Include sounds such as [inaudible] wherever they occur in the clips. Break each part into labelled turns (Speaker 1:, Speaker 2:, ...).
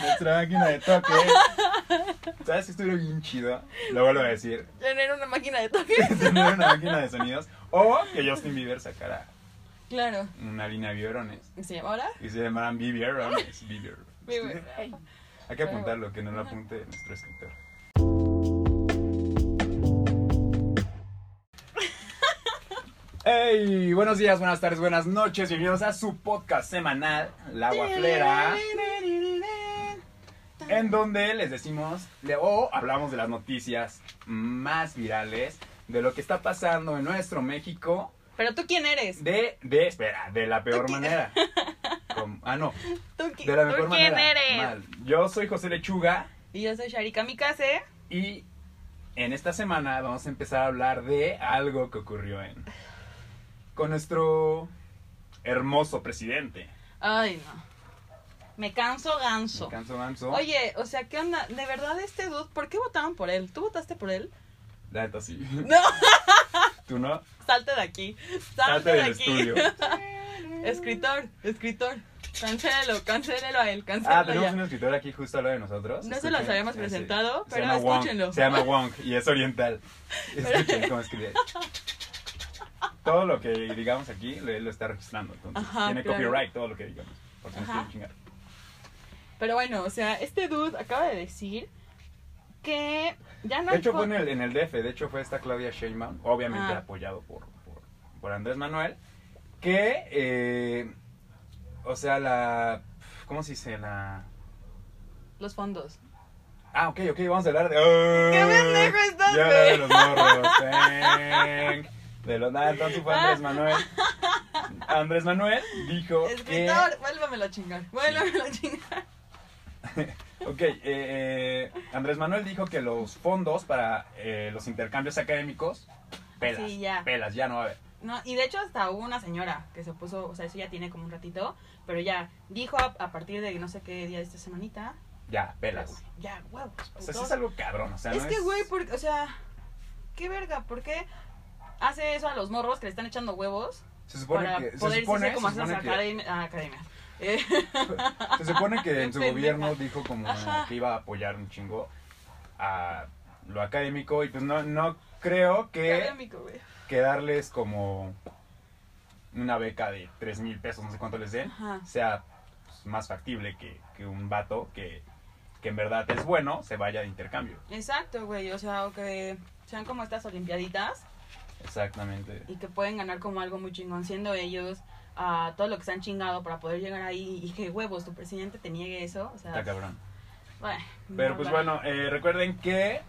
Speaker 1: Nuestra máquina de toque. ¿Sabes que estuvo bien chido? Lo vuelvo a decir. [laughs]
Speaker 2: Tener una máquina de toque.
Speaker 1: Tener una máquina de sonidos. O que Justin Bieber sacara
Speaker 2: [laughs] Claro.
Speaker 1: una línea de biberones.
Speaker 2: ¿Se llama ahora?
Speaker 1: Y se llamarán biberones. Bieber.
Speaker 2: Bieber. Ay.
Speaker 1: Hay que apuntarlo, que no lo apunte nuestro escritor. ¡Hey! Buenos días, buenas tardes, buenas noches. Bienvenidos a su podcast semanal, La Guaflera. En donde les decimos le- o hablamos de las noticias más virales, de lo que está pasando en nuestro México,
Speaker 2: Pero tú quién eres?
Speaker 1: de, de espera, de la peor manera. Como- ah, no,
Speaker 2: ¿Tú, qui-
Speaker 1: de la
Speaker 2: tú
Speaker 1: mejor
Speaker 2: quién
Speaker 1: manera.
Speaker 2: eres?
Speaker 1: Mal. Yo soy José Lechuga.
Speaker 2: Y yo soy Sharika Mikase.
Speaker 1: Y en esta semana vamos a empezar a hablar de algo que ocurrió en con nuestro hermoso presidente.
Speaker 2: Ay, no. Me canso ganso.
Speaker 1: Canso Manso.
Speaker 2: Oye, o sea, ¿qué onda? De verdad, este dude, ¿por qué votaron por él? ¿Tú votaste por él? [laughs]
Speaker 1: La neta sí. [laughs]
Speaker 2: No,
Speaker 1: Tú no.
Speaker 2: salte de aquí. Salte,
Speaker 1: Salte
Speaker 2: de
Speaker 1: del
Speaker 2: aquí.
Speaker 1: estudio.
Speaker 2: [laughs] Escritor, escritor. Cancélelo, cancélelo a él, cancélelo
Speaker 1: Ah, tenemos
Speaker 2: ya.
Speaker 1: un escritor aquí justo al lado de nosotros.
Speaker 2: No se los
Speaker 1: Escuchen,
Speaker 2: habíamos
Speaker 1: ese.
Speaker 2: presentado, pero
Speaker 1: llama Wong,
Speaker 2: escúchenlo.
Speaker 1: Se llama Wong y es
Speaker 2: [laughs]
Speaker 1: oriental. Escuchen cómo escribe. Todo lo que digamos aquí, lo- él lo está registrando. Entonces,
Speaker 2: Ajá,
Speaker 1: tiene
Speaker 2: claro.
Speaker 1: copyright todo lo que digamos. Porque nos
Speaker 2: Ajá.
Speaker 1: quieren chingar.
Speaker 2: Pero bueno, o sea, este dude acaba de decir que ya no
Speaker 1: De
Speaker 2: hay
Speaker 1: hecho
Speaker 2: co-
Speaker 1: fue en el, en el DF, de hecho fue esta Claudia Sheinbaum, obviamente
Speaker 2: Ah.
Speaker 1: apoyado por, por, por Andrés Manuel, que, eh, o sea, la, ¿cómo se dice? La...
Speaker 2: los fondos.
Speaker 1: Ah, ok, ok, vamos a hablar de... ¡Qué
Speaker 2: pendejo estás,
Speaker 1: Ya hablé de
Speaker 2: güey!
Speaker 1: los morros, thank. De los... nada, entonces fue Andrés Manuel. Andrés Manuel dijo que...
Speaker 2: Escritor, vuélvamelo a chingar. Vuélvamelo
Speaker 1: [laughs]
Speaker 2: a chingar.
Speaker 1: Ok, eh, eh, Andrés Manuel dijo que los fondos para eh, los intercambios académicos, pelas,
Speaker 2: Sí, ya.
Speaker 1: pelas, ya no va a haber.
Speaker 2: No, y de hecho hasta hubo una señora que se puso, o sea, eso ya tiene como un ratito, pero ya dijo a, a partir de no sé qué día de esta semanita,
Speaker 1: Ya, pelas.
Speaker 2: ya, wow.
Speaker 1: O sea, sí es algo cabrón, o sea,
Speaker 2: es
Speaker 1: no
Speaker 2: que, güey, porque, o sea, qué verga, ¿por qué hace eso a los morros que le están echando huevos
Speaker 1: Se supone
Speaker 2: para
Speaker 1: que, se
Speaker 2: poder
Speaker 1: supone,
Speaker 2: irse como a
Speaker 1: se
Speaker 2: esas
Speaker 1: supone que-
Speaker 2: academia- ah, academias? Eh,
Speaker 1: se supone que en su
Speaker 2: Pendeja.
Speaker 1: gobierno dijo como
Speaker 2: Ajá.
Speaker 1: que iba a apoyar un chingo a lo académico y pues no, no creo que,
Speaker 2: [laughs] académico, güey.
Speaker 1: que darles como una beca de 3 mil pesos, no sé cuánto les den,
Speaker 2: Ajá.
Speaker 1: sea pues, más factible que, que un vato que, que en verdad es bueno se vaya de intercambio.
Speaker 2: Exacto, güey, o sea, o que sean como estas olimpiaditas
Speaker 1: Exactamente.
Speaker 2: y que pueden ganar como algo muy chingón siendo ellos a todo lo que se han chingado para poder llegar ahí y que huevos, tu presidente te niegue eso, o sea,
Speaker 1: Está cabrón.
Speaker 2: bueno,
Speaker 1: Pero pues
Speaker 2: bárbaro.
Speaker 1: bueno, eh, recuerden que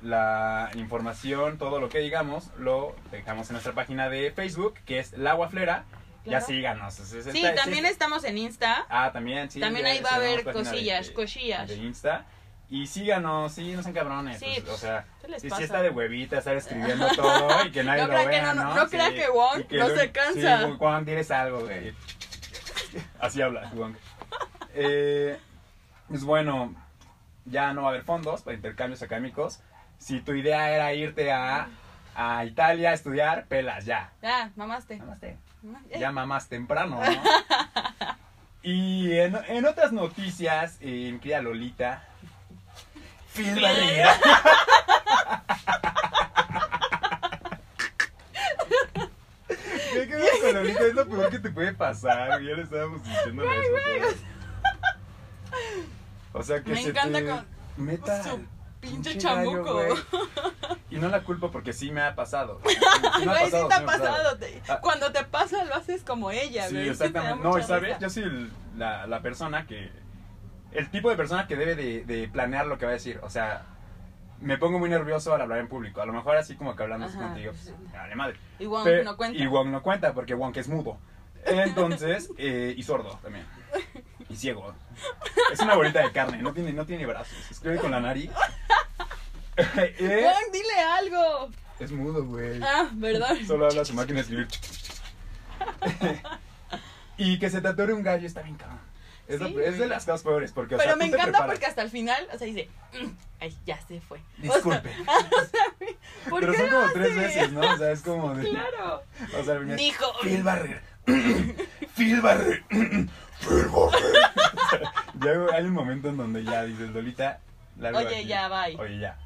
Speaker 1: la información, todo lo que digamos, lo dejamos en nuestra página de Facebook, que es La Guaflera. Ya
Speaker 2: Claro.
Speaker 1: síganos. es- es-
Speaker 2: Sí,
Speaker 1: pues, está-
Speaker 2: también
Speaker 1: sí.
Speaker 2: estamos en Insta.
Speaker 1: Ah, también, sí.
Speaker 2: También
Speaker 1: ya-
Speaker 2: ahí va
Speaker 1: sí,
Speaker 2: a
Speaker 1: tenemos
Speaker 2: haber
Speaker 1: página de-
Speaker 2: cosillas,
Speaker 1: de-
Speaker 2: cosillas.
Speaker 1: De Insta. Y síganos, sí, no sean cabrones.
Speaker 2: Sí,
Speaker 1: pues, o
Speaker 2: pues,
Speaker 1: sea,
Speaker 2: ¿Qué les
Speaker 1: sí,
Speaker 2: pasa?
Speaker 1: sí está de huevita estar escribiendo todo
Speaker 2: [laughs]
Speaker 1: y que nadie
Speaker 2: No
Speaker 1: lo
Speaker 2: crea que
Speaker 1: vea,
Speaker 2: no-
Speaker 1: ¿no?
Speaker 2: no crea
Speaker 1: Sí,
Speaker 2: que Wong
Speaker 1: y que
Speaker 2: no
Speaker 1: lo-
Speaker 2: se cansa.
Speaker 1: Sí, Wong, tienes algo, güey. Así habla Wong. Eh, pues bueno, ya no va a haber fondos para intercambios académicos. Si tu idea era irte a, a Italia a estudiar, pelas ya.
Speaker 2: Ya, mamaste.
Speaker 1: Namaste.
Speaker 2: Eh,
Speaker 1: Ah, Ya mamás temprano, ¿no? Y en, en otras noticias, eh, mi querida Lolita. Fin
Speaker 2: Fin.
Speaker 1: barrera. Me quedo con Lolita, es lo peor que te puede pasar. Ya le estábamos diciendo la vez pasada. O sea que
Speaker 2: Me
Speaker 1: se
Speaker 2: encanta
Speaker 1: te
Speaker 2: con
Speaker 1: meta
Speaker 2: su
Speaker 1: al
Speaker 2: pinche
Speaker 1: gallo,
Speaker 2: chamuco. [laughs]
Speaker 1: güey. y no la culpo porque sí me ha pasado. Sí me ha
Speaker 2: Güey, sí
Speaker 1: pasado,
Speaker 2: te
Speaker 1: sí
Speaker 2: ha
Speaker 1: me ha
Speaker 2: pasado. te-
Speaker 1: Ah.
Speaker 2: Cuando te pasa, lo haces como ella,
Speaker 1: Sí,
Speaker 2: güey. te
Speaker 1: exactamente.
Speaker 2: da
Speaker 1: No,
Speaker 2: mucha
Speaker 1: y sabes,
Speaker 2: risa.
Speaker 1: yo soy el- la, la persona que. El tipo de persona que debe de, de planear lo que va a decir. O sea, me pongo muy nervioso al hablar en público. A lo mejor así como que hablando así
Speaker 2: Ajá.
Speaker 1: contigo. pues, me Vale, madre.
Speaker 2: Y Wong
Speaker 1: Pe-
Speaker 2: no cuenta.
Speaker 1: Y Wong no cuenta porque Wong es mudo.
Speaker 2: [laughs]
Speaker 1: Entonces, eh, y sordo también. Y ciego. Es una bolita de carne, no tiene, no tiene brazos. Escribe con la nariz. [laughs] Eh,
Speaker 2: Wong, dile algo.
Speaker 1: es mudo, güey.
Speaker 2: Ah,
Speaker 1: [laughs]
Speaker 2: perdón.
Speaker 1: Solo habla su máquina de escribir. [laughs] y que se te atore un gallo está bien cabrón. Es, lo-
Speaker 2: Sí,
Speaker 1: es de
Speaker 2: güey.
Speaker 1: las cosas peores porque o
Speaker 2: Pero
Speaker 1: sea,
Speaker 2: me
Speaker 1: tú te
Speaker 2: encanta
Speaker 1: preparas.
Speaker 2: porque hasta el final, o sea, dice, "Mm, ay, ya se fue.
Speaker 1: Disculpe.
Speaker 2: O sea, ¿por
Speaker 1: Pero
Speaker 2: qué
Speaker 1: son
Speaker 2: lo
Speaker 1: como tres
Speaker 2: hace?
Speaker 1: veces, ¿no? O sea, es como de
Speaker 2: [laughs] Claro.
Speaker 1: O sea, venía,
Speaker 2: Dijo.
Speaker 1: [clears throat] [laughs] Phil Barrer. Phil Barrer. Phil Barrer. Ya hay un momento en donde ya dices, Lolita, largo de
Speaker 2: Oye,
Speaker 1: aquí.
Speaker 2: ya, bye.
Speaker 1: Oye, ya.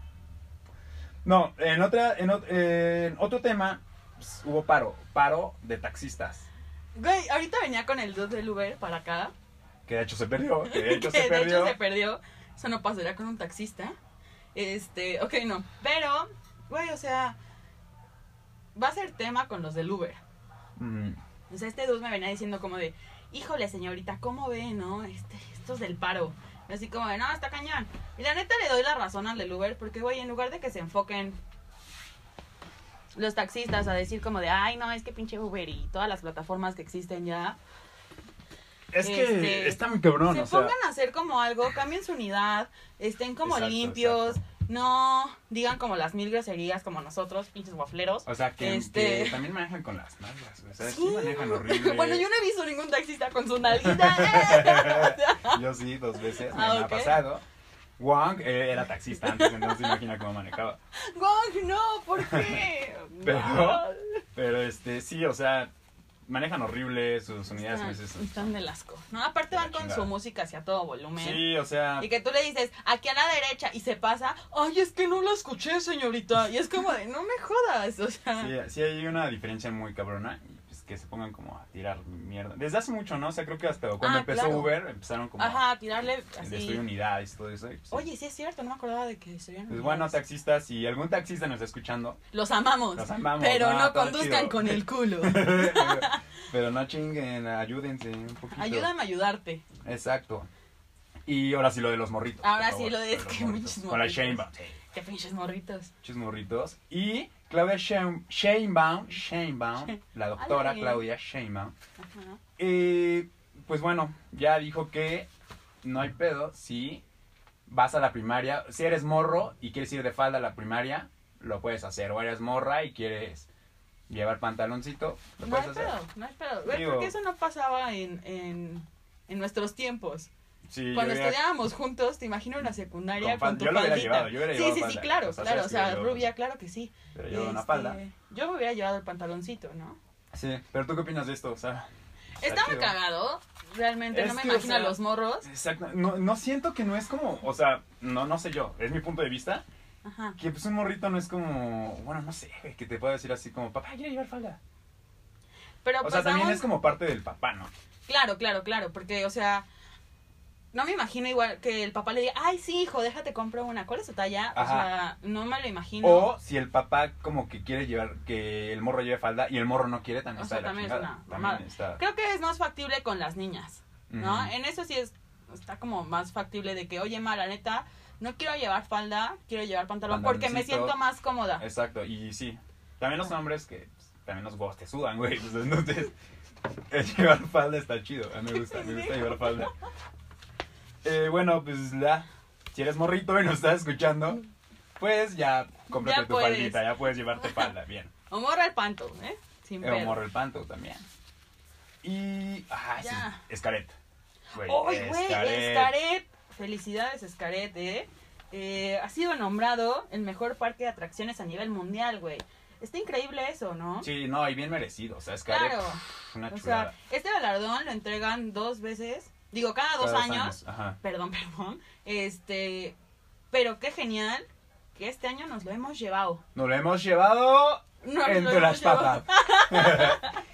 Speaker 1: No, en, otra, en, ot- eh, en otro tema pues, hubo paro. Paro de taxistas.
Speaker 2: Güey, ahorita venía con el 2 del Uber para acá.
Speaker 1: Que de hecho se perdió. Que de
Speaker 2: [laughs]
Speaker 1: hecho se
Speaker 2: que de hecho
Speaker 1: perdió.
Speaker 2: se perdió. Eso no pasaría con un taxista. Este, ok, no. Pero, güey, o sea, va a ser tema con los del Uber.
Speaker 1: Mm,
Speaker 2: O sea, este dude me venía diciendo como de, híjole señorita, ¿cómo ve, no? Este, estos del paro. Así como de, no, está cañón. Y la neta le doy la razón al del Uber porque, güey, en lugar de que se enfoquen los taxistas a decir como de, ay, no, es que pinche Uber y todas las plataformas que existen ya,
Speaker 1: Es que
Speaker 2: Este,
Speaker 1: está muy cabrón,
Speaker 2: se
Speaker 1: o sea.
Speaker 2: pongan a hacer como algo, cambien su unidad, estén como
Speaker 1: Exacto,
Speaker 2: limpios, no digan como las mil groserías como nosotros, pinches guafleros.
Speaker 1: O sea, que,
Speaker 2: Este-
Speaker 1: que también manejan con las nalgas, güey. O sea, sí,
Speaker 2: Sí.
Speaker 1: manejan horrible.
Speaker 2: [laughs] Bueno, yo no he visto ningún taxista con su nalguita.
Speaker 1: [laughs]
Speaker 2: ¡eh! O sea,
Speaker 1: Yo
Speaker 2: [laughs]
Speaker 1: sí, dos veces, me
Speaker 2: Ah,
Speaker 1: ha
Speaker 2: ok.
Speaker 1: pasado. Wang eh, era taxista antes, entonces imagina cómo manejaba.
Speaker 2: Gong, no, ¿por qué?
Speaker 1: [laughs] Pero-
Speaker 2: No.
Speaker 1: Pero este, sí, o sea, manejan horrible sus unidades.
Speaker 2: Están,
Speaker 1: me dices,
Speaker 2: están del asco. No, aparte
Speaker 1: De la
Speaker 2: van con su
Speaker 1: chingada.
Speaker 2: música hacia todo volumen.
Speaker 1: sí, o sea,
Speaker 2: Y que tú le dices, aquí a la derecha, y se pasa, ay, es que no la escuché, señorita. Y es como de, no me jodas, o sea.
Speaker 1: sí, sí hay una diferencia muy cabrona. Y pues que se pongan como a tirar mierda. Desde hace mucho, ¿no? O sea, creo que hasta cuando
Speaker 2: Ah,
Speaker 1: empezó
Speaker 2: claro.
Speaker 1: Uber empezaron como a
Speaker 2: Ajá, tirarle
Speaker 1: destruir
Speaker 2: así.
Speaker 1: unidades y todo eso. y, pues,
Speaker 2: Oye, sí es cierto, no me acordaba de que estuvieron.
Speaker 1: Pues bueno, taxistas, si algún taxista nos está escuchando,
Speaker 2: Los amamos.
Speaker 1: los amamos.
Speaker 2: pero no,
Speaker 1: todo
Speaker 2: conduzcan
Speaker 1: chido.
Speaker 2: con el culo.
Speaker 1: pero, [laughs] pero no chinguen, ayúdense un poquito.
Speaker 2: Ayúdame a ayudarte.
Speaker 1: Exacto. Y ahora sí lo de los morritos.
Speaker 2: Ahora
Speaker 1: por
Speaker 2: sí lo de- es
Speaker 1: los
Speaker 2: que
Speaker 1: morritos.
Speaker 2: muchos
Speaker 1: Con la
Speaker 2: morritos.
Speaker 1: Sheinbaum. Sí,
Speaker 2: Qué pinches morritos.
Speaker 1: muchos morritos. Y Claudia Shein- Sheinbaum, Sheinbaum, la doctora
Speaker 2: Hola.
Speaker 1: Claudia Sheinbaum.
Speaker 2: Ajá.
Speaker 1: eh, pues bueno, ya dijo que no hay pedo si vas a la primaria. Si eres morro y quieres ir de falda a la primaria, lo puedes hacer. O eres morra y quieres llevar pantaloncito, lo
Speaker 2: No hay
Speaker 1: puedes hacer.
Speaker 2: pedo, no hay pedo. Güey,
Speaker 1: Digo-
Speaker 2: porque eso no pasaba en, en, en nuestros tiempos.
Speaker 1: Sí, yo
Speaker 2: Cuando
Speaker 1: hubiera-
Speaker 2: estudiábamos juntos, te imagino en la secundaria
Speaker 1: Con
Speaker 2: con,
Speaker 1: fal-
Speaker 2: tu
Speaker 1: yo lo hubiera
Speaker 2: faldita.
Speaker 1: llevado, yo hubiera
Speaker 2: sí,
Speaker 1: llevado
Speaker 2: sí, sí,
Speaker 1: falda.
Speaker 2: claro,
Speaker 1: O sea,
Speaker 2: claro.
Speaker 1: sí,
Speaker 2: O sea,
Speaker 1: yo-
Speaker 2: rubia, claro que sí.
Speaker 1: Pero yo una
Speaker 2: Este,
Speaker 1: falda.
Speaker 2: Yo me hubiera llevado el pantaloncito, ¿no?
Speaker 1: Sí, pero tú qué opinas de esto, o sea.
Speaker 2: Está muy
Speaker 1: chido.
Speaker 2: cagado, realmente.
Speaker 1: Es
Speaker 2: no me
Speaker 1: que, o
Speaker 2: imagino a
Speaker 1: sea,
Speaker 2: los morros.
Speaker 1: Exacto. No, no siento que no es como, o sea, no, no sé yo, es mi punto de vista,
Speaker 2: Ajá.
Speaker 1: que pues un morrito no es como, bueno, no sé, güey, que te pueda decir así como, papá, quiero llevar falda.
Speaker 2: Pero
Speaker 1: O
Speaker 2: pues
Speaker 1: sea, también
Speaker 2: aún-
Speaker 1: es como parte del papá, ¿no?
Speaker 2: Claro, claro, claro, porque, o sea, no me imagino igual que el papá le diga, ay, sí, hijo, déjate, compro una. ¿Cuál es tu talla? O
Speaker 1: Ajá.
Speaker 2: sea, no me lo imagino.
Speaker 1: O si el papá como que quiere llevar, que el morro lleve falda y el morro no quiere, también
Speaker 2: O
Speaker 1: está
Speaker 2: sea,
Speaker 1: de la
Speaker 2: también es
Speaker 1: chingada.
Speaker 2: una
Speaker 1: También
Speaker 2: mamada.
Speaker 1: está.
Speaker 2: Creo que es más factible con las niñas, ¿no?
Speaker 1: Ujú.
Speaker 2: En eso sí es, está como más factible de que, oye, ma, la neta, no quiero llevar falda, quiero llevar pantalón porque me
Speaker 1: Pantaloncito. Eh.
Speaker 2: siento más cómoda.
Speaker 1: Exacto, y sí. También los hombres que pues, también los huevos te sudan, güey. pues, entonces, [laughs] el llevar falda está chido. A mí me gusta, me gusta llevar falda. Eh, bueno, pues la, si eres morrito y nos estás escuchando, pues ya cómprate
Speaker 2: Ya
Speaker 1: tu
Speaker 2: puedes.
Speaker 1: faldita, ya puedes llevarte falda, bien.
Speaker 2: O morra el panto, ¿eh? [laughs] Sin
Speaker 1: O
Speaker 2: pedo.
Speaker 1: morro el panto también. Y. ah, Ay, sí,
Speaker 2: Ya.
Speaker 1: Escaret. Güey,
Speaker 2: ¡Ay, güey!
Speaker 1: Escaret.
Speaker 2: Escaret. Felicidades, Escaret, ¿eh? Eh, Ha sido nombrado el mejor parque de atracciones a nivel mundial, güey. Está increíble eso, ¿no?
Speaker 1: Sí, no, y bien merecido. O sea, Escaret.
Speaker 2: Claro.
Speaker 1: pff, Una
Speaker 2: O
Speaker 1: chulada.
Speaker 2: sea, este galardón lo entregan dos veces, digo, cada dos
Speaker 1: Cada
Speaker 2: años.
Speaker 1: Ajá.
Speaker 2: Perdón, [laughs] perdón. Este, pero qué genial que este año nos lo hemos llevado.
Speaker 1: Nos lo hemos llevado
Speaker 2: [laughs] Nos lo
Speaker 1: entre
Speaker 2: hemos
Speaker 1: las
Speaker 2: llevado.
Speaker 1: papas.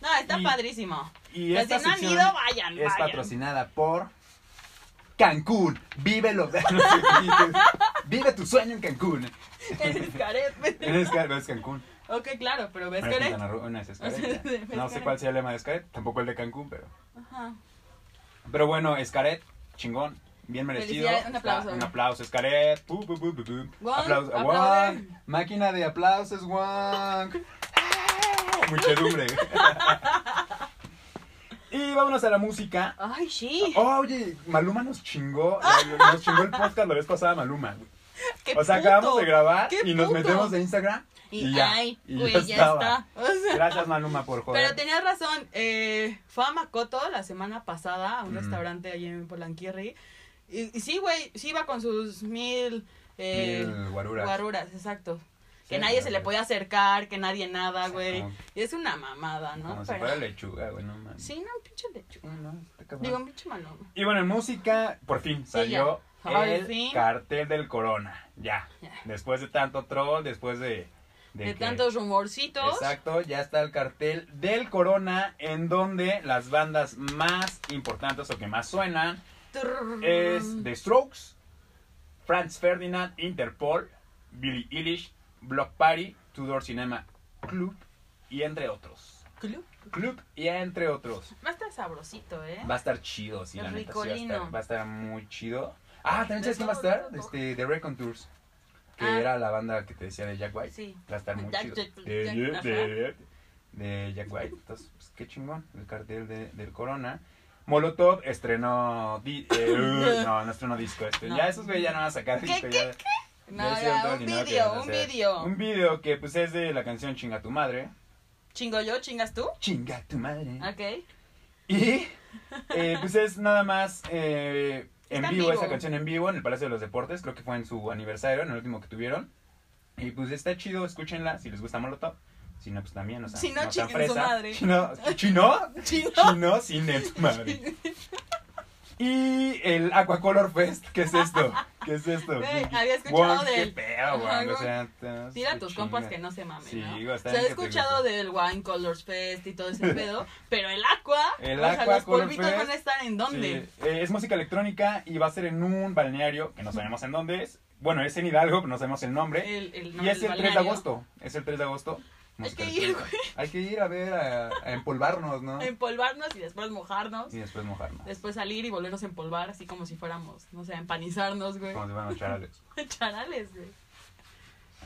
Speaker 2: No, está
Speaker 1: Y-
Speaker 2: padrísimo.
Speaker 1: Y
Speaker 2: Pero
Speaker 1: esta
Speaker 2: si no han
Speaker 1: sección
Speaker 2: ido, vayan,
Speaker 1: es
Speaker 2: vayan.
Speaker 1: patrocinada por Cancún. Vive [laughs] los Vive tu sueño en Cancún.
Speaker 2: [laughs] El Escaret.
Speaker 1: En Esca- no, es Cancún.
Speaker 2: [laughs] ok, claro, pero ves
Speaker 1: No
Speaker 2: que
Speaker 1: es
Speaker 2: eres-
Speaker 1: Quintana Roo,
Speaker 2: [laughs]
Speaker 1: no es Escaret.
Speaker 2: O sea,
Speaker 1: No sé
Speaker 2: Escaret.
Speaker 1: cuál sea el lema de Escaret, tampoco el de Cancún, pero.
Speaker 2: Ajá.
Speaker 1: Pero bueno, Escaret, chingón, bien merecido.
Speaker 2: Felicidades, un aplauso.
Speaker 1: Está- Un aplauso, Escaret. Pu, pu, pu, pu, pu.
Speaker 2: Wong,
Speaker 1: Aplauso. Wong.
Speaker 2: aplaude.
Speaker 1: Máquina de aplausos,
Speaker 2: [laughs]
Speaker 1: Wong. Muchedumbre. y vámonos a la música.
Speaker 2: Ay, sí.
Speaker 1: Oh, Oye, Maluma nos chingó, eh, nos chingó el podcast la vez pasada Maluma. güey.
Speaker 2: Qué
Speaker 1: O sea,
Speaker 2: puto.
Speaker 1: acabamos de grabar
Speaker 2: ¡Qué
Speaker 1: y nos
Speaker 2: puto!
Speaker 1: metemos de Instagram
Speaker 2: Y,
Speaker 1: y ya.
Speaker 2: ay,
Speaker 1: y
Speaker 2: güey,
Speaker 1: ya
Speaker 2: ya,
Speaker 1: estaba.
Speaker 2: está. [laughs] O sea,
Speaker 1: Gracias Maluma por
Speaker 2: pero
Speaker 1: joder.
Speaker 2: tenías razón. Eh, fue a Makoto la semana pasada a un
Speaker 1: Mm.
Speaker 2: restaurante allí en Polanquirri. Y, y sí, güey, sí iba con sus mil, eh,
Speaker 1: Mil guaruras.
Speaker 2: guaruras, exacto. eh, que
Speaker 1: Sí,
Speaker 2: nadie
Speaker 1: claro,
Speaker 2: se le
Speaker 1: güey.
Speaker 2: podía acercar, que nadie nada, güey.
Speaker 1: Como-
Speaker 2: Y es una mamada, ¿no?
Speaker 1: Como si
Speaker 2: Pero-
Speaker 1: fuera lechuga, güey, no mames.
Speaker 2: Sí, no, pinche lechuga.
Speaker 1: Ay, no, está cabrón.
Speaker 2: Digo, pinche maloma.
Speaker 1: Y bueno, en música, por fin salió
Speaker 2: ya. Al
Speaker 1: el
Speaker 2: fin.
Speaker 1: cartel del Corona. Ya.
Speaker 2: Ya.
Speaker 1: Después de tanto troll, después de.
Speaker 2: De,
Speaker 1: que-
Speaker 2: tantos rumorcitos.
Speaker 1: Exacto, ya está el cartel del Corona, en donde las bandas más importantes o que más suenan
Speaker 2: Trrr.
Speaker 1: es The Strokes, Franz Ferdinand, Interpol, Billie Eilish, Block Party, Tudor Cinema Club y entre otros.
Speaker 2: Club.
Speaker 1: Club y entre otros.
Speaker 2: Va a estar sabrosito, ¿eh?
Speaker 1: Va a estar chido, sí,
Speaker 2: El
Speaker 1: la neta, sí, va, a
Speaker 2: ricolino.
Speaker 1: estar, va a estar muy chido. Ah, ¿también sabes quién va a estar? Este, The Recon Tours, que
Speaker 2: Ah.
Speaker 1: era la banda que te decía de Jack White.
Speaker 2: Sí.
Speaker 1: Va a estar muy
Speaker 2: Jack-
Speaker 1: chido.
Speaker 2: Jack-
Speaker 1: De,
Speaker 2: Jack-
Speaker 1: de- de Jack White. Entonces, pues, qué chingón, el cartel de- del Corona. Molotov estrenó... di-
Speaker 2: [laughs]
Speaker 1: eh, uh, no, no estrenó disco. Este.
Speaker 2: No.
Speaker 1: Ya esos güey ya no van a sacar
Speaker 2: ¿Qué,
Speaker 1: disco.
Speaker 2: qué,
Speaker 1: ya-
Speaker 2: No,
Speaker 1: ya hicieron
Speaker 2: ya,
Speaker 1: todo el
Speaker 2: un
Speaker 1: dinero que
Speaker 2: video,
Speaker 1: iban a
Speaker 2: un
Speaker 1: hacer.
Speaker 2: video.
Speaker 1: Un video que pues es de la canción Chinga tu madre.
Speaker 2: ¿Chingo yo? ¿Chingas tú?
Speaker 1: Chinga tu madre.
Speaker 2: Ok.
Speaker 1: Y eh, pues es nada más eh, en
Speaker 2: Está en
Speaker 1: vivo,
Speaker 2: vivo.
Speaker 1: esa canción en vivo en el Palacio de los Deportes, creo que fue en su aniversario, en el último que tuvieron. Y pues está chido, escúchenla, si les gusta Molotov. Si no, pues también, o sea,
Speaker 2: Si no,
Speaker 1: tan
Speaker 2: chinguen su
Speaker 1: fresa.
Speaker 2: madre.
Speaker 1: Si no, ¿chino?
Speaker 2: [laughs] ¿Chingo?
Speaker 1: Chino sin net,
Speaker 2: [laughs]
Speaker 1: madre. Y el Aquacolor Fest, ¿qué es esto? ¿Qué es esto?
Speaker 2: Güey, había escuchado
Speaker 1: Wong,
Speaker 2: del-
Speaker 1: Qué pedo, Wong,
Speaker 2: Ajá,
Speaker 1: o sea, te-
Speaker 2: Tira a
Speaker 1: te
Speaker 2: tus compas
Speaker 1: chingas.
Speaker 2: que no se mamen,
Speaker 1: Sí, digo,
Speaker 2: ¿no?
Speaker 1: está
Speaker 2: Se ha
Speaker 1: bien que te
Speaker 2: escuchado del Wine Colors Fest y todo ese pedo, pero el Aqua,
Speaker 1: El
Speaker 2: o sea,
Speaker 1: Aqua
Speaker 2: los
Speaker 1: Color
Speaker 2: polvitos
Speaker 1: Fest,
Speaker 2: van a estar en dónde?
Speaker 1: Sí, eh, es música electrónica y va a ser en un balneario, que no sabemos en dónde es. Bueno, es en Hidalgo, pero no sabemos el nombre.
Speaker 2: El, el
Speaker 1: y
Speaker 2: nombre
Speaker 1: es
Speaker 2: del
Speaker 1: el 3 de
Speaker 2: balneario.
Speaker 1: agosto. Es el 3 de agosto.
Speaker 2: Hay
Speaker 1: Música
Speaker 2: que ir,
Speaker 1: electrónica. Hay que ir a ver, a, a empolvarnos, ¿no?
Speaker 2: Empolvarnos y después mojarnos.
Speaker 1: Y después mojarnos.
Speaker 2: Después salir y volvernos a empolvar, así como si fuéramos, no sé, a empanizarnos, güey.
Speaker 1: Como si fueran los charales.
Speaker 2: [laughs] Charales, güey.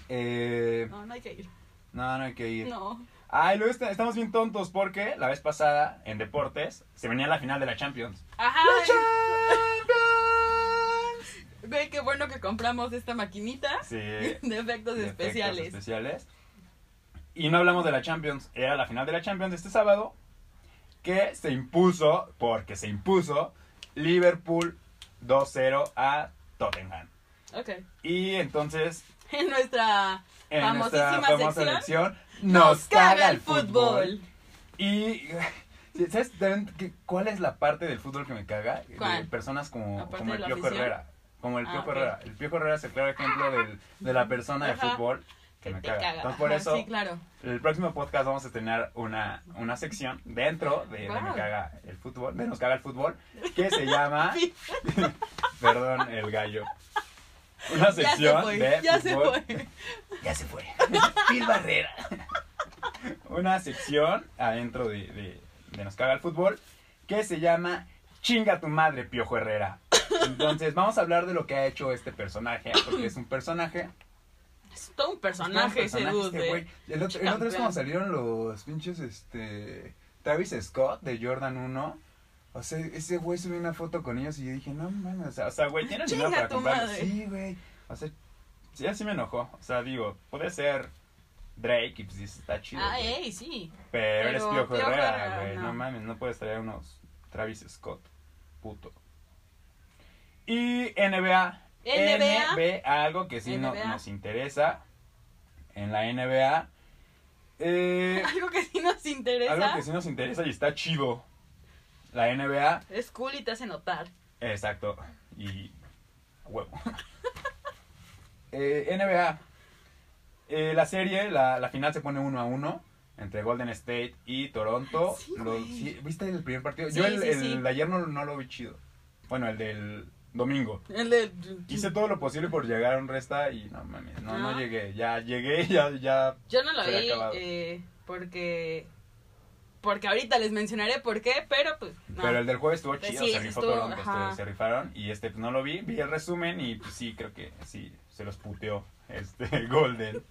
Speaker 1: Eh,
Speaker 2: No, no hay que ir.
Speaker 1: no, no hay que ir.
Speaker 2: No.
Speaker 1: Ay, luego est- estamos bien tontos porque la vez pasada, en deportes, se venía la final de la
Speaker 2: [laughs]
Speaker 1: Champions.
Speaker 2: Ajá.
Speaker 1: ¡La Champions!
Speaker 2: Güey, qué bueno que compramos esta maquinita
Speaker 1: Sí.
Speaker 2: de efectos
Speaker 1: Eh, de efectos
Speaker 2: especiales.
Speaker 1: especiales. Y no hablamos de la Champions. Era la final de la Champions de este sábado. Que se impuso, porque se impuso, Liverpool 2-0 a Tottenham.
Speaker 2: Ok.
Speaker 1: Y entonces,
Speaker 2: En nuestra
Speaker 1: en nuestra
Speaker 2: Famosísima
Speaker 1: famosa
Speaker 2: sección,
Speaker 1: sección, nos caga el fútbol. Y. [laughs] sí, ¿Sabes también qué- cuál es la parte del fútbol que me caga? De
Speaker 2: ¿Cuál?
Speaker 1: personas como,
Speaker 2: ¿Aparte
Speaker 1: como
Speaker 2: de
Speaker 1: el
Speaker 2: la
Speaker 1: Piojo
Speaker 2: afición?
Speaker 1: Herrera. Como el
Speaker 2: Ah,
Speaker 1: Piojo
Speaker 2: ok. Ah,
Speaker 1: Herrera. El Piojo Herrera es el claro ejemplo del- de la persona de
Speaker 2: Ajá.
Speaker 1: fútbol que,
Speaker 2: Que
Speaker 1: me
Speaker 2: te
Speaker 1: caga.
Speaker 2: caga.
Speaker 1: Entonces, por
Speaker 2: Ajá,
Speaker 1: eso,
Speaker 2: Sí, claro.
Speaker 1: El próximo podcast vamos a tener una, una sección dentro de, de
Speaker 2: Wow.
Speaker 1: Me caga el fútbol, de Nos caga el fútbol, que se
Speaker 2: [laughs]
Speaker 1: llama... [laughs] perdón, el gallo. Una
Speaker 2: Ya
Speaker 1: sección
Speaker 2: se fue.
Speaker 1: de
Speaker 2: [laughs] Ya se
Speaker 1: fútbol. [laughs]
Speaker 2: fue.
Speaker 1: Ya se fue. [laughs] Phil Barrera. [laughs] una sección adentro de, de, de Nos caga el fútbol, que se llama Chinga tu madre, Piojo Herrera. Entonces, vamos a hablar de lo que ha hecho este personaje, porque es un personaje
Speaker 2: Es todo un personaje, eh.
Speaker 1: Todos los personajes,
Speaker 2: según
Speaker 1: este güey. El otro, el otro es
Speaker 2: Campeón.
Speaker 1: cuando salieron los pinches, este, Travis Scott de Jordan 1. O sea, ese güey subió una foto con ellos y yo dije, no mames, o sea, o sea, güey, tienen dinero
Speaker 2: Chinga
Speaker 1: para
Speaker 2: tu
Speaker 1: comprarlo.
Speaker 2: madre.
Speaker 1: Sí, güey. O sea, sí, así me enojó. O sea, digo, puede ser Drake y pues dices, está chido.
Speaker 2: Ah,
Speaker 1: güey.
Speaker 2: ey, sí.
Speaker 1: Pero eres
Speaker 2: pero
Speaker 1: Piojo
Speaker 2: Piojo
Speaker 1: Herrera,
Speaker 2: Herrera,
Speaker 1: güey. No.
Speaker 2: no.
Speaker 1: mames, no puedes traer unos Travis Scott. Puto. Y NBA.
Speaker 2: NBA.
Speaker 1: algo que sí no-
Speaker 2: NBA.
Speaker 1: nos interesa. En la NBA. eh,
Speaker 2: [laughs] Algo que sí nos
Speaker 1: algo
Speaker 2: interesa
Speaker 1: que sí nos interesa y está chido. La NBA.
Speaker 2: es cool y te hace notar.
Speaker 1: Exacto. Y.
Speaker 2: [laughs]
Speaker 1: huevo. Eh, NBA. Eh, la serie, la, la final se pone uno a uno entre Golden State y Toronto.
Speaker 2: Sí,
Speaker 1: Lo-
Speaker 2: güey.
Speaker 1: sí, ¿Viste el primer partido?
Speaker 2: Sí,
Speaker 1: Yo el,
Speaker 2: sí,
Speaker 1: el
Speaker 2: sí.
Speaker 1: de ayer no, no lo vi chido. Bueno, el del domingo.
Speaker 2: El de...
Speaker 1: Hice todo lo posible por llegar a un resta y no mames, no, no
Speaker 2: Ah.
Speaker 1: llegué. Ya llegué, ya, ya.
Speaker 2: Yo no lo
Speaker 1: Se había
Speaker 2: vi
Speaker 1: acabado.
Speaker 2: eh, porque... Porque ahorita les mencionaré por qué, pero pues... No.
Speaker 1: Pero el del jueves estuvo
Speaker 2: Pues
Speaker 1: chido,
Speaker 2: sí,
Speaker 1: se
Speaker 2: sí
Speaker 1: rifó
Speaker 2: estuvo,
Speaker 1: Toronto, este,
Speaker 2: ajá.
Speaker 1: se- se rifaron. Y este pues, no lo vi, vi el resumen y pues, sí, creo que sí, se los puteó este [laughs] Golden.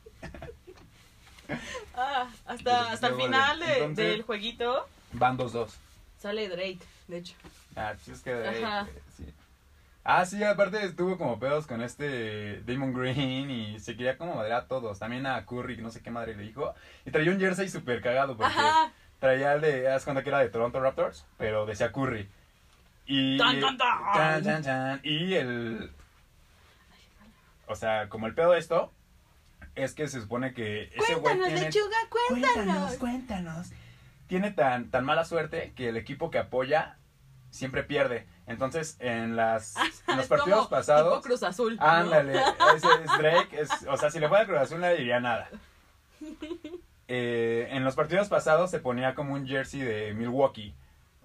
Speaker 2: Ah,
Speaker 1: Pero,
Speaker 2: hasta,
Speaker 1: pues,
Speaker 2: hasta el
Speaker 1: luego,
Speaker 2: final de-
Speaker 1: entonces-
Speaker 2: del jueguito
Speaker 1: Van 2-2.
Speaker 2: sale Drake, de hecho.
Speaker 1: Ah, pues es que de ahí,
Speaker 2: Ajá.
Speaker 1: eh, sí. Ah, sí, aparte estuvo como pedos con este Damon Green y se quería como madre a todos. También a Curry, que no sé qué madre le dijo. Y traía un jersey súper cagado porque
Speaker 2: Ajá.
Speaker 1: traía el de, haz cuenta que era de Toronto Raptors, pero decía Curry. Y,
Speaker 2: Tan, tan, tan.
Speaker 1: Tan, tan, tan. Y el... O sea, como el pedo de esto, es que se supone que ese güey
Speaker 2: Cuéntanos,
Speaker 1: tiene
Speaker 2: lechuga, cuéntanos.
Speaker 1: cuéntanos, cuéntanos. Tiene tan, tan mala suerte que el equipo que apoya siempre pierde. Entonces, en las en los
Speaker 2: Ah, Es
Speaker 1: partidos
Speaker 2: como
Speaker 1: pasados,
Speaker 2: tipo Cruz Azul. ¿no?
Speaker 1: ándale, ese es Drake, es- o sea, si le fuera a Cruz Azul nadie diría
Speaker 2: [laughs]
Speaker 1: nada. Eh, en los partidos pasados se ponía como un jersey de Milwaukee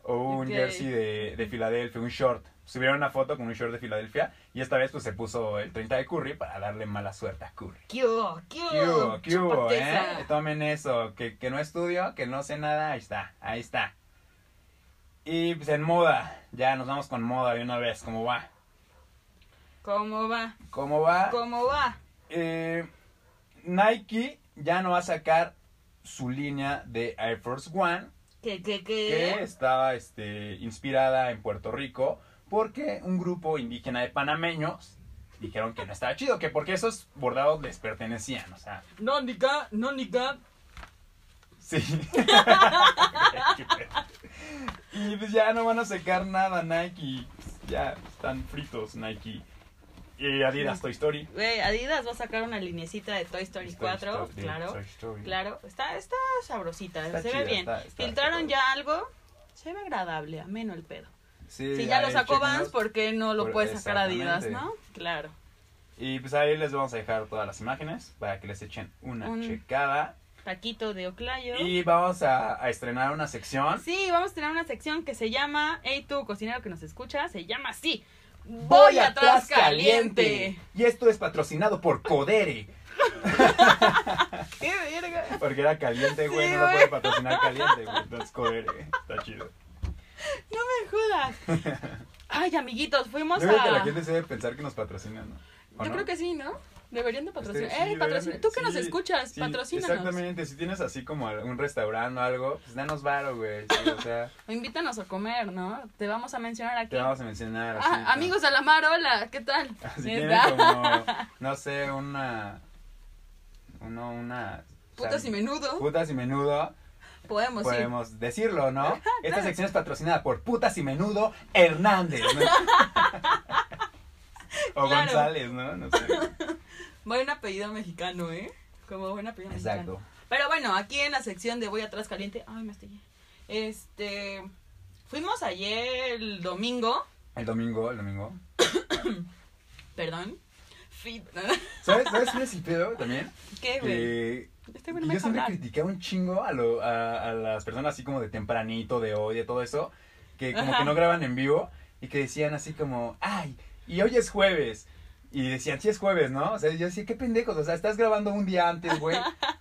Speaker 1: o un
Speaker 2: Ok.
Speaker 1: jersey de, de Filadelfia, un short. Subieron una foto con un short de Filadelfia y esta vez pues se puso el 30 de Curry para darle mala suerte a Curry.
Speaker 2: ¿Qué hubo? ¿Qué
Speaker 1: ¿Qué hubo?
Speaker 2: hubo?
Speaker 1: ¿Qué hubo,
Speaker 2: Chupateza.
Speaker 1: eh? Tomen eso, que, que no estudio, que no sé nada, ahí está, ahí está. Y pues en moda, ya nos vamos con moda de una vez, ¿cómo va?
Speaker 2: ¿Cómo va?
Speaker 1: ¿Cómo va?
Speaker 2: ¿Cómo va?
Speaker 1: Eh, Nike ya no va a sacar su línea de Air Force One,
Speaker 2: ¿Qué, qué,
Speaker 1: que
Speaker 2: qué?
Speaker 1: estaba este, inspirada en Puerto Rico, porque un grupo indígena de panameños dijeron que no estaba chido, que porque esos bordados les pertenecían, o sea,
Speaker 2: No, Nica, no, Nica.
Speaker 1: Sí. [laughs] y pues ya no van a secar nada, Nike. pues Ya están fritos, Nike. Y Adidas Toy Story.
Speaker 2: Güey, Adidas va a sacar una linecita de Toy Story 4,
Speaker 1: Toy Story,
Speaker 2: claro.
Speaker 1: Toy Story.
Speaker 2: Claro, está, está sabrosita,
Speaker 1: Está
Speaker 2: se
Speaker 1: chida,
Speaker 2: ve bien.
Speaker 1: está- está-
Speaker 2: Filtraron
Speaker 1: está-
Speaker 2: ya algo, se ve agradable, ameno el pedo.
Speaker 1: Sí,
Speaker 2: si ya lo
Speaker 1: ahí
Speaker 2: sacó Vans, pues.
Speaker 1: chéquenlos.
Speaker 2: ¿por qué no lo
Speaker 1: Por-
Speaker 2: puede sacar Adidas,
Speaker 1: exactamente.
Speaker 2: no? Claro.
Speaker 1: Y pues ahí les vamos a dejar todas las imágenes para que les echen una
Speaker 2: Un-
Speaker 1: checada.
Speaker 2: Taquito de Oclayo.
Speaker 1: Y vamos a, a estrenar una sección.
Speaker 2: Sí, vamos a tener una sección que se llama, hey tú, cocinero que nos escucha, se llama así. Voy, atrás caliente.
Speaker 1: Y esto es patrocinado por Codere.
Speaker 2: ¡Qué verga! [laughs]
Speaker 1: Porque era caliente, güey.
Speaker 2: Sí,
Speaker 1: no lo
Speaker 2: güey.
Speaker 1: puede patrocinar caliente, güey. Entonces Codere. Está chido.
Speaker 2: No me jodas. [laughs] Ay, amiguitos, fuimos
Speaker 1: Yo creo
Speaker 2: a...
Speaker 1: que la gente se debe pensar que nos patrocinan, ¿no? ¿O
Speaker 2: Yo
Speaker 1: no?
Speaker 2: creo que sí, ¿no? Deberían de
Speaker 1: Ustedes
Speaker 2: patrocinar.
Speaker 1: sí
Speaker 2: eh, patrocin-
Speaker 1: deberían de-
Speaker 2: Tú que nos
Speaker 1: sí,
Speaker 2: escuchas,
Speaker 1: sí,
Speaker 2: patrocínanos.
Speaker 1: Exactamente, si tienes así como un restaurante o algo, pues danos varo, güey. sí, o sea,
Speaker 2: O invítanos a comer, ¿no? Te vamos a mencionar aquí.
Speaker 1: te vamos a mencionar. así,
Speaker 2: Ah,
Speaker 1: ¿no? [laughs]
Speaker 2: amigos de la mar, hola, ¿qué tal?
Speaker 1: Si tienes
Speaker 2: Neta.
Speaker 1: Ah,
Speaker 2: [laughs]
Speaker 1: como, no sé, una. Uno, una.
Speaker 2: Putas y menudo,
Speaker 1: Putas y menudo,
Speaker 2: podemos, ir.
Speaker 1: podemos decirlo, ¿no? Esta sección es patrocinada por Putas y Menudo Hernández, ¿no? o
Speaker 2: Claro.
Speaker 1: González, ¿no? No sé.
Speaker 2: Buen apellido mexicano, ¿eh? Como buen apellido mexicano.
Speaker 1: Exacto.
Speaker 2: Pero bueno, aquí en la sección de Voy atrás caliente. Ay, me estoy. Este. Fuimos ayer el domingo,
Speaker 1: El domingo, el domingo.
Speaker 2: perdón. Fit.
Speaker 1: ¿Sabes, ¿sabes cuál es el pedo también?
Speaker 2: [laughs] ¿Qué, güey?
Speaker 1: Que
Speaker 2: Este güey no
Speaker 1: Eh, Y yo
Speaker 2: me deja
Speaker 1: siempre
Speaker 2: hablar.
Speaker 1: criticaba un chingo a, lo- a, a las personas así como de tempranito, de hoy, de todo eso, que como
Speaker 2: Ajá.
Speaker 1: que no graban en vivo y que decían así como, ay, y hoy es jueves. Y decían, sí es jueves, ¿no? O sea, yo decía, qué pendejos, o sea, estás grabando un día antes, güey.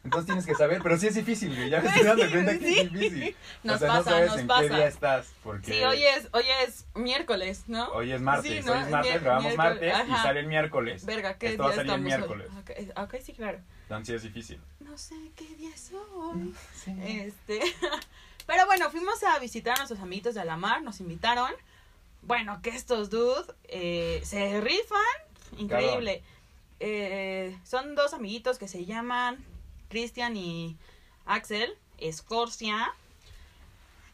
Speaker 1: Entonces tienes que saber, pero sí es difícil, güey. Ya me estoy dando
Speaker 2: Sí,
Speaker 1: cuenta que
Speaker 2: sí.
Speaker 1: es difícil.
Speaker 2: Nos
Speaker 1: o sea,
Speaker 2: pasa,
Speaker 1: no sabes
Speaker 2: nos
Speaker 1: en qué
Speaker 2: pasa.
Speaker 1: día estás, porque
Speaker 2: Sí, hoy es, hoy es miércoles, ¿no?
Speaker 1: hoy es martes,
Speaker 2: Sí, ¿no?
Speaker 1: hoy es martes,
Speaker 2: Mier-
Speaker 1: grabamos
Speaker 2: miércoles,
Speaker 1: martes y
Speaker 2: ajá.
Speaker 1: sale el miércoles.
Speaker 2: Verga, ¿qué
Speaker 1: Esto va
Speaker 2: día
Speaker 1: a salir el
Speaker 2: estamos
Speaker 1: miércoles.
Speaker 2: hoy? Ok, ok, sí, claro.
Speaker 1: Entonces sí es difícil.
Speaker 2: No sé qué día es hoy. Este. [laughs] Pero bueno, fuimos a visitar a nuestros amiguitos de Alamar, nos invitaron. Bueno, que estos dudes eh, se rifan. Increíble. Eh, son dos amiguitos que se llaman Cristian y Axel, Escorcia.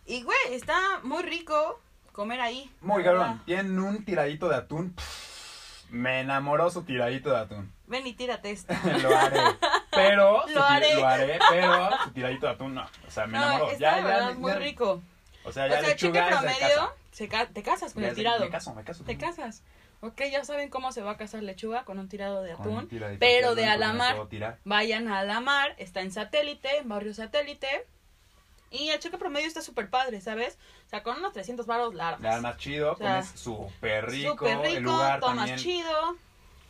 Speaker 2: Y güey, está muy rico comer ahí.
Speaker 1: Muy
Speaker 2: la
Speaker 1: cabrón.
Speaker 2: verdad.
Speaker 1: Tienen un tiradito de atún. Pff, Me enamoró su tiradito de atún. [laughs]
Speaker 2: Ven y tírate esta.
Speaker 1: lo
Speaker 2: [laughs]
Speaker 1: haré. Pero. su
Speaker 2: Lo
Speaker 1: ti-
Speaker 2: haré.
Speaker 1: Lo haré, pero su tiradito de atún no. O sea, me
Speaker 2: No,
Speaker 1: enamoró.
Speaker 2: está
Speaker 1: ya,
Speaker 2: la
Speaker 1: ya,
Speaker 2: verdad
Speaker 1: ya-
Speaker 2: muy rico.
Speaker 1: O sea,
Speaker 2: O
Speaker 1: ya
Speaker 2: sea, cheque
Speaker 1: lechuga es de
Speaker 2: promedio,
Speaker 1: casa.
Speaker 2: se ca- te casas con
Speaker 1: Ya
Speaker 2: el
Speaker 1: es de-
Speaker 2: tirado.
Speaker 1: Me caso, me caso.
Speaker 2: Te casas. Ok, ya saben cómo se va a casar lechuga con un tirado de
Speaker 1: Con un
Speaker 2: atún.
Speaker 1: tiradito
Speaker 2: pero
Speaker 1: atún,
Speaker 2: de
Speaker 1: no me
Speaker 2: Alamar.
Speaker 1: puedo tirar.
Speaker 2: Vayan a la mar, está en satélite, en barrio satélite. Y el cheque promedio está súper padre, ¿sabes? O sea, con unos 300 baros largos.
Speaker 1: Le dan más chido,
Speaker 2: O sea,
Speaker 1: comes súper rico,
Speaker 2: Súper rico,
Speaker 1: el lugar
Speaker 2: tomas
Speaker 1: también,
Speaker 2: chido.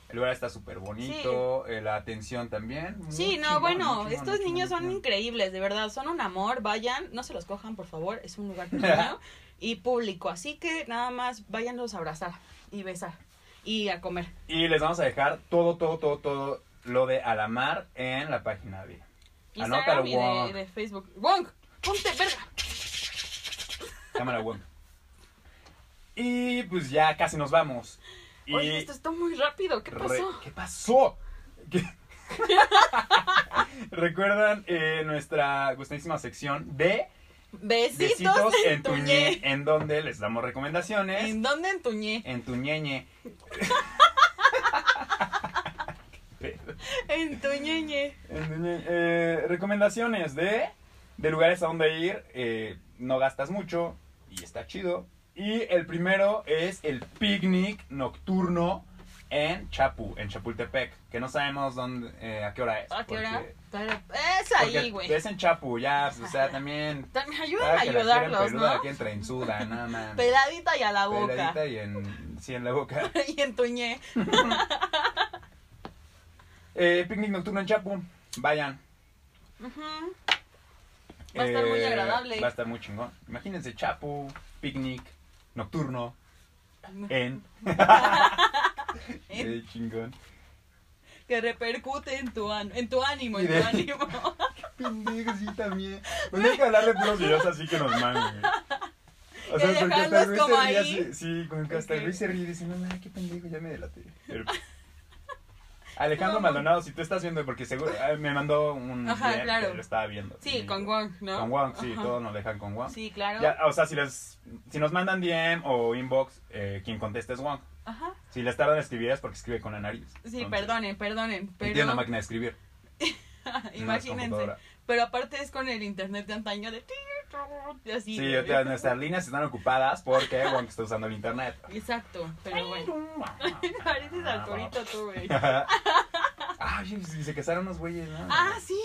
Speaker 1: el lugar está súper bonito, eh, la atención también. muy
Speaker 2: Sí, no,
Speaker 1: chingón,
Speaker 2: bueno,
Speaker 1: muy chingón,
Speaker 2: estos
Speaker 1: muy
Speaker 2: niños son
Speaker 1: chingón.
Speaker 2: increíbles, de verdad, son un amor, vayan, no se los cojan, por favor, es
Speaker 1: [laughs]
Speaker 2: un lugar pequeño y público, así que nada más váyanlos a abrazar y besar y a comer.
Speaker 1: Y les vamos a dejar todo, todo, todo, todo lo de Alamar en la página de Anótalo,
Speaker 2: Instagram y de,
Speaker 1: Wong.
Speaker 2: de Facebook. Wong, ponte verga.
Speaker 1: Cámara Wong. Y pues ya casi nos vamos. Y
Speaker 2: Oye, esto está muy rápido, ¿qué
Speaker 1: re-
Speaker 2: pasó?
Speaker 1: ¿Qué pasó? ¿Qué- [laughs] ¿Recuerdan eh, nuestra gustadísima sección de
Speaker 2: Besitos,
Speaker 1: Besitos
Speaker 2: en,
Speaker 1: en tu ñe?
Speaker 2: ñe.
Speaker 1: En donde les damos recomendaciones
Speaker 2: ¿En
Speaker 1: [laughs]
Speaker 2: dónde [laughs] en tu ñe?
Speaker 1: en tu ñeñe. Qué pedo.
Speaker 2: En tu ñeñe.
Speaker 1: Eh, recomendaciones de, de lugares a donde ir. eh, no gastas mucho y está chido. Y el primero es el picnic nocturno en Chapu, en Chapultepec. Que no sabemos dónde, eh, a qué hora es.
Speaker 2: Ah, ¿A qué hora?
Speaker 1: porque-
Speaker 2: Pero es
Speaker 1: porque
Speaker 2: ahí, güey.
Speaker 1: Es en Chapu, ya, pues, o sea, también.
Speaker 2: También ayudan
Speaker 1: claro
Speaker 2: a
Speaker 1: que la quieren
Speaker 2: ayudarlos,
Speaker 1: peluda, la
Speaker 2: ¿no?
Speaker 1: quieren treinzuda, no
Speaker 2: [laughs]
Speaker 1: mames.
Speaker 2: Peladita y a la boca.
Speaker 1: Peladita y en, sí, en la boca.
Speaker 2: [laughs] y en tu ñe.
Speaker 1: Eh, picnic nocturno en Chapu, vayan.
Speaker 2: Ujú. Va a estar muy agradable.
Speaker 1: Eh, Va a estar muy chingón. Imagínense Chapu, picnic, nocturno,
Speaker 2: [laughs]
Speaker 1: en. Qué chingón.
Speaker 2: Que repercute en tu, an- en tu ánimo, en
Speaker 1: Y de- [laughs]
Speaker 2: tu ánimo.
Speaker 1: Pendejo, sí, también. Pues no hay que hablarle puros videos así que nos mamen. güey. O porque
Speaker 2: Que
Speaker 1: hasta
Speaker 2: dejarlos
Speaker 1: Luis
Speaker 2: como
Speaker 1: se ríe
Speaker 2: ahí.
Speaker 1: así. Sí, como que hasta
Speaker 2: Ok.
Speaker 1: Luis se ríe y dice, no, mames, qué pendejo, ya me delaté.
Speaker 2: [laughs]
Speaker 1: Pero- Alejandro
Speaker 2: No, no.
Speaker 1: Maldonado, si tú estás viendo, porque seguro eh, me mandó un
Speaker 2: Ajá,
Speaker 1: DM que
Speaker 2: claro.
Speaker 1: lo estaba viendo. Y
Speaker 2: Sí,
Speaker 1: me
Speaker 2: con
Speaker 1: dijo,
Speaker 2: Wong, ¿no?
Speaker 1: Con Wang, sí,
Speaker 2: Ajá.
Speaker 1: todos nos dejan con Wang.
Speaker 2: Sí, claro.
Speaker 1: Ya, o sea, si, les, si nos mandan DM o inbox, eh, quien conteste es Wong.
Speaker 2: Ajá.
Speaker 1: Si les tardan en escribir es porque escribe con la nariz.
Speaker 2: Sí,
Speaker 1: Entonces,
Speaker 2: perdonen, perdonen.
Speaker 1: y
Speaker 2: Pero...
Speaker 1: Tiene una
Speaker 2: [laughs]
Speaker 1: máquina de escribir. no es
Speaker 2: Imagínense.
Speaker 1: computadora.
Speaker 2: pero aparte es con el internet de antaño de... ti, y Así,
Speaker 1: Sí,
Speaker 2: güey.
Speaker 1: o sea, nuestras líneas están ocupadas porque Wong está usando el internet.
Speaker 2: Exacto, pero bueno. [laughs] Pareces
Speaker 1: Pareces [laughs]
Speaker 2: al torito tú, güey.
Speaker 1: Ah, sí, sí, se casaron unos güeyes, ¿no?
Speaker 2: [laughs] Ah, sí.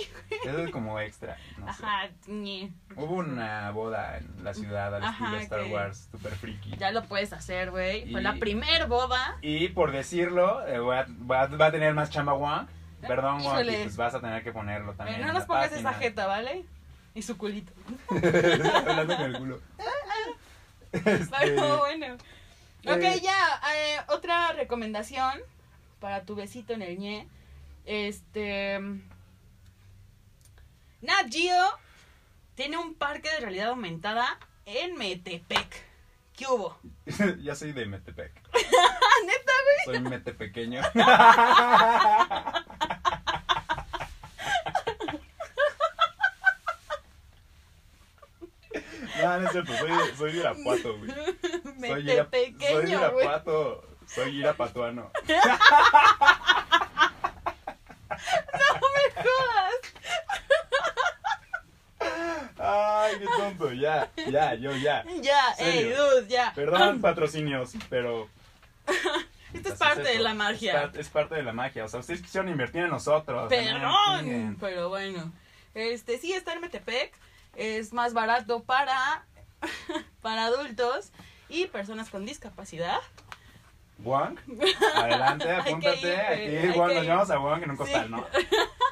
Speaker 1: Eso es como extra. No sé.
Speaker 2: Ajá, ñe.
Speaker 1: Hubo una boda en la ciudad al
Speaker 2: Ajá,
Speaker 1: estilo Star
Speaker 2: que-
Speaker 1: Wars, super friki.
Speaker 2: Ya lo puedes hacer, güey. Fue
Speaker 1: Y-
Speaker 2: la primer boda.
Speaker 1: Y por decirlo, eh, voy a- va, va a tener más chamba Wong. Perdón, Wong,
Speaker 2: Híjole.
Speaker 1: y pues vas a tener que ponerlo también.
Speaker 2: Eh, no
Speaker 1: en
Speaker 2: nos
Speaker 1: la
Speaker 2: pongas
Speaker 1: página.
Speaker 2: esa jeta, ¿vale? Y su culito.
Speaker 1: [laughs] Hablando con el culo. Este,
Speaker 2: Pero bueno. Ok,
Speaker 1: Eh.
Speaker 2: ya. eh, otra recomendación para tu besito en el ñe. Este. Nat Geo tiene un parque de realidad aumentada en Metepec. ¿Qué hubo? [laughs]
Speaker 1: ya soy de Metepec.
Speaker 2: ¿Neta?
Speaker 1: Soy
Speaker 2: [laughs]
Speaker 1: metepequeño. No, no es cierto, soy, de- soy de Irapuato, güey. Soy, de Ira- soy de
Speaker 2: Metepequeño, güey.
Speaker 1: Irapuato, soy irapatuano.
Speaker 2: Jodas.
Speaker 1: Ay, qué tonto, ya, ya, yo ya.
Speaker 2: [laughs] Ya, ey,
Speaker 1: Serio.
Speaker 2: dude, ya. [laughs]
Speaker 1: Perdón, patrocinios, pero
Speaker 2: Esto es
Speaker 1: Así
Speaker 2: parte de
Speaker 1: esto.
Speaker 2: la
Speaker 1: Es
Speaker 2: magia.
Speaker 1: parte, es parte de la magia. O sea, ustedes quisieron invertir en nosotros. también,
Speaker 2: Perdón,
Speaker 1: chinguen.
Speaker 2: pero bueno. Este, sí, está en Metepec. Es más barato para, [laughs] para adultos y personas con discapacidad.
Speaker 1: Wong, adelante,
Speaker 2: [laughs] Hay que ir,
Speaker 1: apúntate.
Speaker 2: güey,
Speaker 1: Aquí,
Speaker 2: hay
Speaker 1: Wong,
Speaker 2: que
Speaker 1: nos
Speaker 2: ir.
Speaker 1: llevamos a Wong en un costal,
Speaker 2: Sí. [laughs]
Speaker 1: ¿no?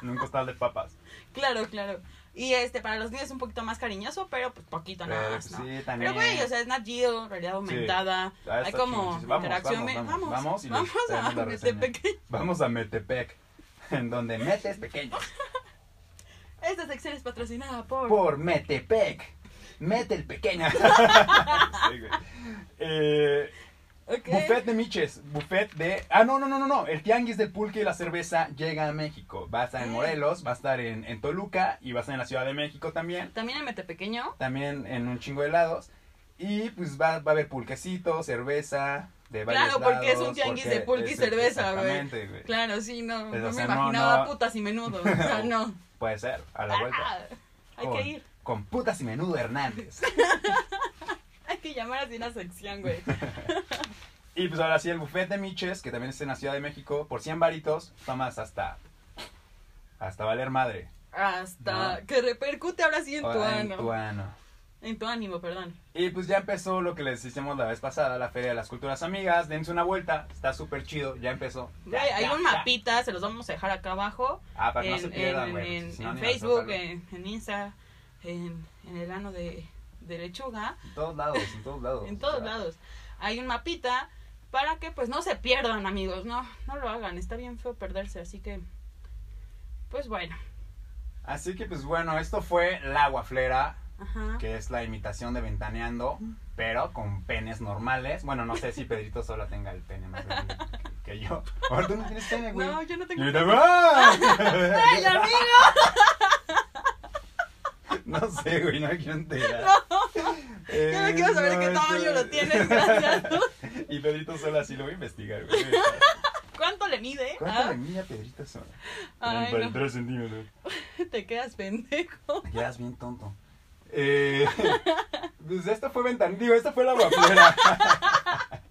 Speaker 1: En un costal de papas.
Speaker 2: Claro, claro. Y este, para los niños es un poquito más cariñoso, pero pues poquito nada
Speaker 1: Pero,
Speaker 2: más,
Speaker 1: pues,
Speaker 2: ¿no?
Speaker 1: sí,
Speaker 2: Pero
Speaker 1: también.
Speaker 2: güey, o sea, es Nat Geo, realidad aumentada.
Speaker 1: Ah,
Speaker 2: Hay
Speaker 1: está
Speaker 2: como
Speaker 1: chido, sí, vamos,
Speaker 2: interacción.
Speaker 1: vamos,
Speaker 2: me-
Speaker 1: vamos, vamos y
Speaker 2: vamos,
Speaker 1: les traemos la
Speaker 2: a
Speaker 1: reseña.
Speaker 2: Metepec. [laughs]
Speaker 1: Vamos a Metepec, [laughs] en donde metes pequeños.
Speaker 2: Esta sección es patrocinada por...
Speaker 1: Por Metepec, mete el pequeño. [laughs] Sí, güey. Eh,
Speaker 2: Ok.
Speaker 1: Buffet de Miches, buffet de... Ah, no, no, no, no, no. El tianguis del pulque y la cerveza llega a México. Va a estar en
Speaker 2: Mm.
Speaker 1: Morelos, va a estar en, en Toluca y va a estar en la Ciudad de México también.
Speaker 2: También en Metepequeño.
Speaker 1: También en un chingo de lados. Y pues va, va a haber pulquecito, cerveza, de varios
Speaker 2: Claro, porque es un
Speaker 1: lados,
Speaker 2: tianguis
Speaker 1: porque
Speaker 2: de pulque y
Speaker 1: es-
Speaker 2: cerveza, güey.
Speaker 1: exactamente, güey.
Speaker 2: Claro, sí, no.
Speaker 1: Pues,
Speaker 2: no
Speaker 1: o
Speaker 2: me
Speaker 1: sea, no,
Speaker 2: imaginaba
Speaker 1: no.
Speaker 2: putas y menudo.
Speaker 1: [laughs]
Speaker 2: O sea, no.
Speaker 1: Puede ser, a la vuelta.
Speaker 2: Ah, hay
Speaker 1: Con-
Speaker 2: que ir.
Speaker 1: Con putas y menudo
Speaker 2: [laughs]
Speaker 1: Hernández.
Speaker 2: Hay que llamar así una
Speaker 1: [laughs]
Speaker 2: sección, güey.
Speaker 1: y pues ahora sí, el buffet de Miches, que también está en la Ciudad de México, por 100 varitos, tomas hasta... Hasta valer madre.
Speaker 2: Hasta
Speaker 1: No.
Speaker 2: que repercute ahora sí en tu
Speaker 1: Ahora
Speaker 2: ano.
Speaker 1: En tu ano.
Speaker 2: En tu ánimo, perdón.
Speaker 1: Y pues ya empezó lo que les hicimos la vez pasada, la Feria de las Culturas Amigas. Dense una vuelta, está súper chido, ya empezó. Ya,
Speaker 2: Güey, hay
Speaker 1: ya,
Speaker 2: un
Speaker 1: ya.
Speaker 2: mapita, se los vamos a dejar acá abajo.
Speaker 1: Ah, para que no
Speaker 2: en
Speaker 1: se pierdan,
Speaker 2: en-
Speaker 1: güey.
Speaker 2: en-
Speaker 1: si no,
Speaker 2: en
Speaker 1: ni
Speaker 2: Facebook,
Speaker 1: nosotros.
Speaker 2: en, en Insta, en, en el ano de, de lechuga,
Speaker 1: En todos lados, en todos lados.
Speaker 2: en todos
Speaker 1: o sea,
Speaker 2: lados. Hay un mapita para que pues no se pierdan, amigos. No, no lo hagan. Está bien feo perderse, así que... Pues bueno.
Speaker 1: Así que pues bueno, esto fue La Guaflera,
Speaker 2: Ajá.
Speaker 1: que es la imitación de Ventaneando, pero con penes normales. Bueno, no sé si Pedrito solo tenga el pene más grande que- que yo. Ahora tú no tienes pene, güey.
Speaker 2: No, yo no
Speaker 1: Y
Speaker 2: tengo...
Speaker 1: ahorita, ¡ah!
Speaker 2: [laughs] ¡Ay, amigo!
Speaker 1: [laughs] No sé, güey, no me quiero
Speaker 2: [laughs]
Speaker 1: enterar. Eh,
Speaker 2: Yo no quiero saber
Speaker 1: no,
Speaker 2: qué
Speaker 1: esto- [laughs]
Speaker 2: tamaño lo tienes, gracias.
Speaker 1: Y Pedrito solo así lo voy a investigar, güey.
Speaker 2: ¿Cuánto le le mide?
Speaker 1: ¿Cuánto
Speaker 2: Ah,
Speaker 1: le mide a Pedrita Sola?
Speaker 2: Ay, no.
Speaker 1: 43 centímetros.
Speaker 2: [laughs] Te quedas pendejo.
Speaker 1: Ya es bien tonto. Eh, [laughs] pues esta fue ventanilla, digo, esta fue la
Speaker 2: [laughs]
Speaker 1: guaflera. esta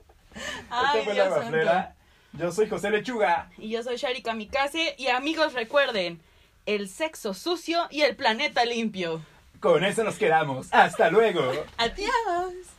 Speaker 2: Ay,
Speaker 1: fue la
Speaker 2: Dios santo.
Speaker 1: guaflera. Yo soy José Lechuga.
Speaker 2: Y yo soy Shari Kamikaze. Y amigos, recuerden: el sexo sucio y el planeta limpio.
Speaker 1: Con eso nos quedamos. Hasta luego.
Speaker 2: Adiós.